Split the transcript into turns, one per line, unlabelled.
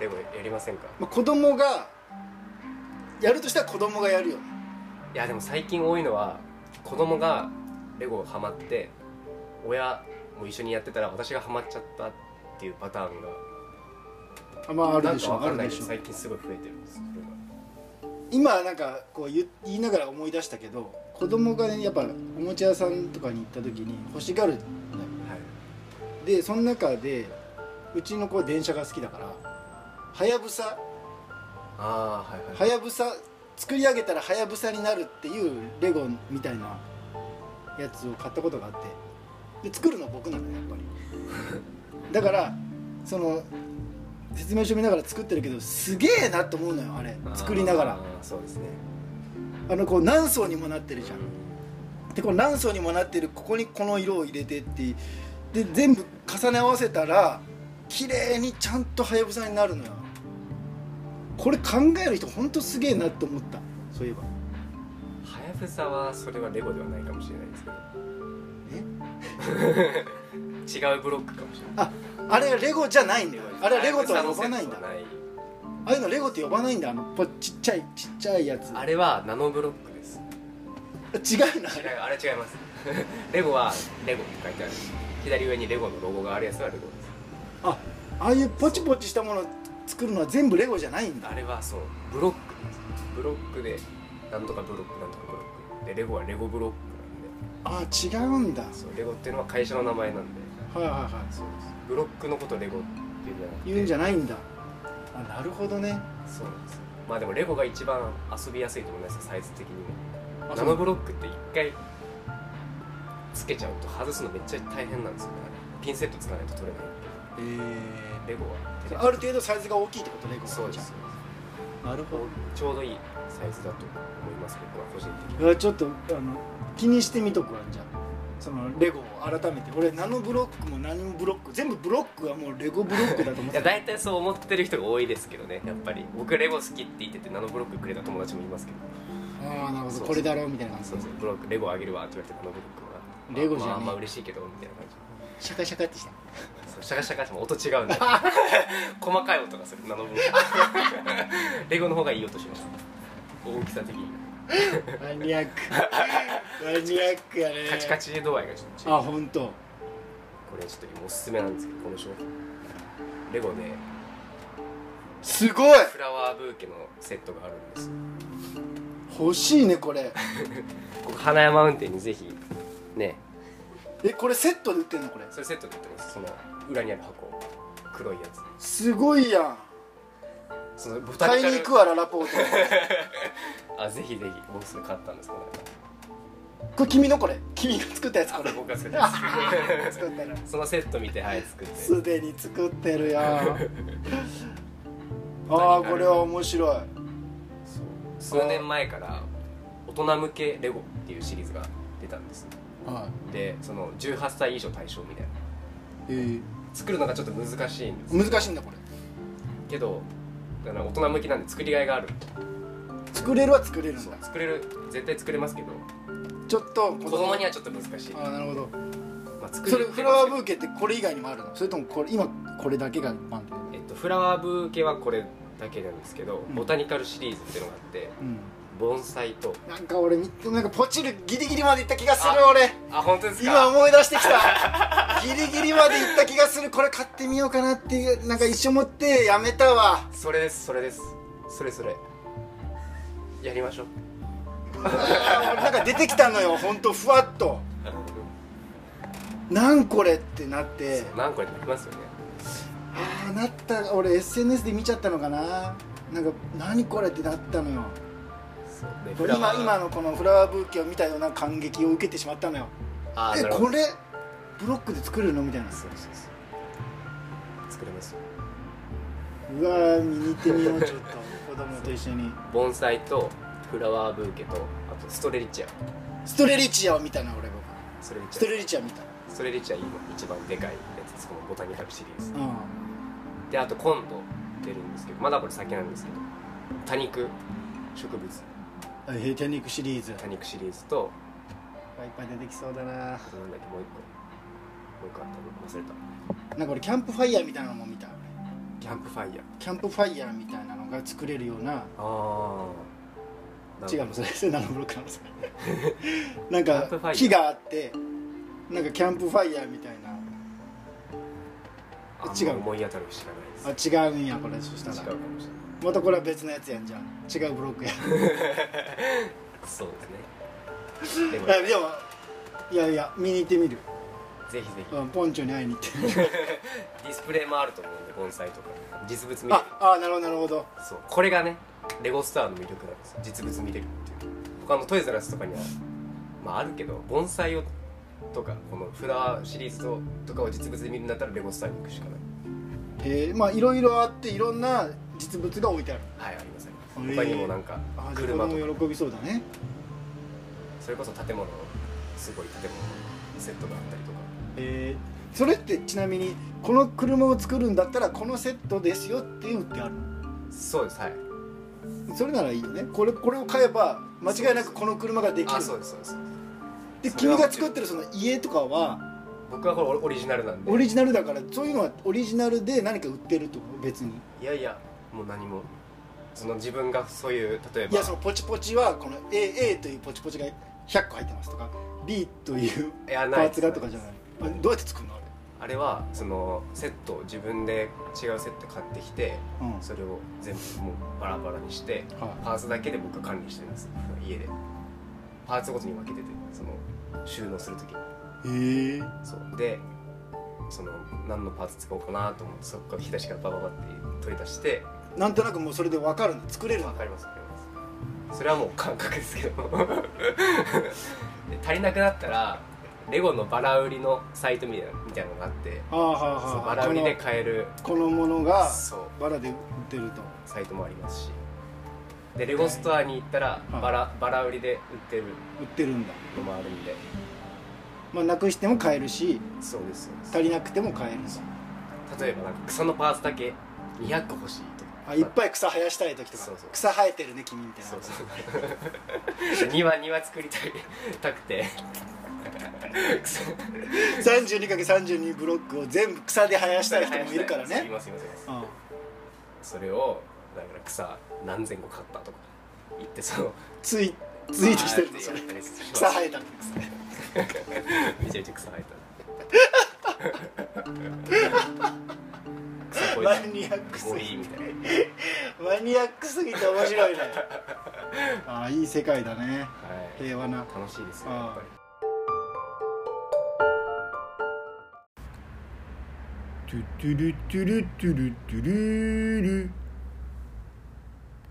レゴやりませんか
まあ、子供がやるとしたら子供がやるよね
いやでも最近多いのは子供がレゴハマって親も一緒にやってたら私がハマっちゃったっていうパターンが
あまあある
なん
でし
か
ょ
わ
う
か
あ
ん
る
ない
で
け
し
ど
ょう
最近すごい増えてるんです
今なんかこう言言いながら思い出したけど子供がねやっぱおもちゃ屋さんとかに行った時に欲しがるんだよ
はい
でその中でうちの子は電車が好きだからはやぶさ
ああはいはい
はやぶさ作り上げたらはやぶさになるっていうレゴみたいなやつを買ったことがあってで作るのは僕なのよやっぱり だからその説明書見ながら作ってるけどすげえなと思うのよあれ作りながら
あーそうですね
あのこう何層にもなってるじゃんでこの何層にもなってるここにこの色を入れてってで全部重ね合わせたら綺麗にちゃんとはやぶさになるのよこれ考える人ほんとすげえなって思ったそういえば
はやぶさはそれはレゴではないかもしれないですけど違うブロックかもしれない
ああれはレゴじゃないんだよあれはレゴとは
ハヤ
呼
ブサの
ばな
セ
い
ッ
んだ
トはない
ああいうのレゴって呼ばないんだあのぽちっちゃいちっちゃいやつ
あれはナノブロックです
違うな
違うあれ違います レゴはレゴって書いてある左上にレゴのロゴがあるやつはレゴです
あああいうポチポチしたものを作るのは全部レゴじゃないんだ
あれはそうブロックですブロックでなんとかブロックなんとかブロックでレゴはレゴブロックなん
あ違うんだは
でそうレゴっていうのは会社の名前なんで
いはいはい
そうですブロックのことレゴっていうんじゃなくて
言うんじゃないんだあなるほどね
そうなんですまあでもレゴが一番遊びやすいと思いますよサイズ的にも
あ
ナノブロックって一回つけちゃうと外すのめっちゃ大変なんですよねあれピンセット使わないと取れない
え
レゴは手で
ーある程度サイズが大きいってことレゴは
そうです
なるほど
ちょうどいいサイズだと思います僕は個人的に
うわちょっとあの気にしてみとくわじゃあそのレゴを改めて俺ナノブロックも何もブロック全部ブロックはもうレゴブロックだと思っ
い
て
や
た
大体そう思ってる人が多いですけどねやっぱり僕レゴ好きって言っててナノブロックくれた友達もいますけど
ああなるほ
そ
ど
う
これだろうみたいな感じ
そうそうブロックレゴあげるわって言われてナノブロックもらって
レゴじゃねえ
まあまあまあ嬉しいけどみたいな感じ
シャカシャ カってした
そうシャカシャカしても音違 うんで細かい音がするナノブロッ クレゴの方がいい音しました大きさ的に
マ ニアックマニアックやね
カチカチ度合いがちょっと違う
あ本当。
これちょっと今おすすめなんですけどこの商品レゴね
すごい
フラワーブーケのセットがあるんです
欲しいねこれ
ここ花山運転にぜひね
えこれセットで売ってんのこれ
それセットで売ってますその裏にある箱黒いやつ
すごいやん
そのボタニ
買い
カル
に行くわララポート
あぜひぜひ僕それ買ったんですこの
これ君のこれ君が作ったやつこ
間
れ
あ僕が作ったや
作ったの
つそのセット見てはい作って
すでに作ってるやんああこれは面白い
そう数年前から大人向けレゴっていうシリーズが出たんです
は、
でその18歳以上対象みたいない
えー、
作るのがちょっと難しいんです
難しいんだこれ
けどだから大人向きなんで作りがいがある
作れるは作れるんだ
作れる絶対作れますけど
ちょっと
子供にはちょっと難しい、
ああなるほど
まあ、作
それ
るって
フ
いう
ラ
のは
ワーブーケってこれ以外にもあるのそれともこれ今これだけが一般的
えっと、フラワーブーケはこれだけなんですけど、
うん
ボタニカルシリーズっていうのがあって
うん
盆栽と
なんか俺みなんかポチるギリギリまでいった気がする
あ
俺
あ本当ですか
今思い出してきたギリギリまでいった気がするこれ買ってみようかなっていうなんか一緒持ってやめたわ
それですそれですそれそれやりましょう
うわー俺なんか出てきたのよほんとふわっとなんこれってなって
何個やってきますよね
ああなった俺 SNS で見ちゃったのかななんか何これってなったのよ
そうでフラワ
今
ー
今のこのフラワーブーケを見たような感激を受けてしまったのよ
あー
え
なるほど
これブロックで作れるのみたいな
そうそうそう作れますよ
うわー見に行ってみようちょっと子供と一緒に
盆栽とフラワーブーケとあとストレリチア
ストレリチアを見たな俺僕
ストレリ
ス
チ
ト
ア
レリチア見た
ストレリチア今一番でかいやつですこのボタニカルシリーズ
うん
であと今度出るんですけどまだこれ先なんですけど多肉植物
ヘイタニックシリーズいっ
多肉シリーズと
ぱい出てきそうだな
あとなんだっけもう一個もう一個あったの忘れた
なんか俺キャンプファイヤーみたいなのも見た
キキャンプファイヤー
キャンプファイヤーみたいなのが作れるような
ああ
違うのそれそれナノブロックなの それ
キャ
な
ン
ん
プファイヤ
か
ー
木があってなんかキャンプファイヤーみたいな
あ
違う
違う思い当たる知らないです
あ違うんやこれそした
違うからもしれな
またこれは別のやつやんじゃん違うブロックや
いそうですねでも
いや でもいやいや見に行ってみる、
ぜひぜひ
うん、ポンチョに会いに行って みる
ディスプレイもあると思うんで盆栽とか実物見る
ああなるほどなるほど
そうこれがねレゴスターの魅力なんですよ実物見れるっていう他のトイザラスとかにはまああるけど盆栽をとかこのフラワーシリーズをとかを実物で見るんだったらレゴスターに行くしかない
へえまあいろいろあっていろんな実物が置いてある
はいありますあり
へ
ま
え
す他にもなんか
あじゃあ
車とか
子供喜びそうだね
それこそ建物のすごい建物のセットがあったりとか
えー、それってちなみにこの車を作るんだったらこのセットですよっていうってある
そうですはい
それならいいよねこれこれを買えば間違いなくこの車ができる
あそうですそうです
で
それは
君が作ってるその家とかは
僕はこれオリジナルなんで
オリジナルだからそういうのはオリジナルで何か売ってるってこと別に
いやいやもう何もその自分がそういう例えば
いやそのポチポチはこの AA というポチポチが100個入ってますとか B という
いや
パ
ない
ー
です
ツがとかじゃないあどうやって作るのあ
あれはそのセットを自分で違うセット買ってきて
れ、うん
それを全部もうバラバラにして
は
パーツだけで僕が管理してるんです家でパーツごとに分けててその収納する時に
い、へえ
そうでその何のパーツ使おうかなと思ってそこから引き出しからバババって取り出して
なんとなくもうそれで分かるんだ作れる
わ
の
かりますわかりますそれはもう 感覚ですけどで足りなくなったらレゴのバラ売りのサイトみたいなみたいなのがあって
ああはあ
そう
は
バ
あ
ラ売りで買える
このこのものが
そう
バラで売ってると
サイトもありますしでレゴストアに行ったら
はい
バラバラ売りで売ってる
売ってるんだ
のもあるんで
まあなくしても買えるし
そうですそうです
足りなくても買えるんだ
例えばなんか草のパーツだけ200個欲しいとか
あいっぱい草生やしたい時とか
そうそう
草生えてるね君みたいな
そうそう 庭庭作りたいたくて草
32かけ32ブロックを全部草で生やしたい人もいるから
そうい
ね
ますいますいます
うん
それをだから草何千個買ったとか言ってその
ツイツイートしてるん
で
ですす
よ
よ草生えたんですね
めちゃめちゃ草 生えた草こい
マニアック
つ
す
もういい
ぎ
みたいな
マニアックすぎて面白いねああいい世界だね
はい
平和な
楽しいですよやっぱり
トゥトゥルトゥルトゥルトゥルル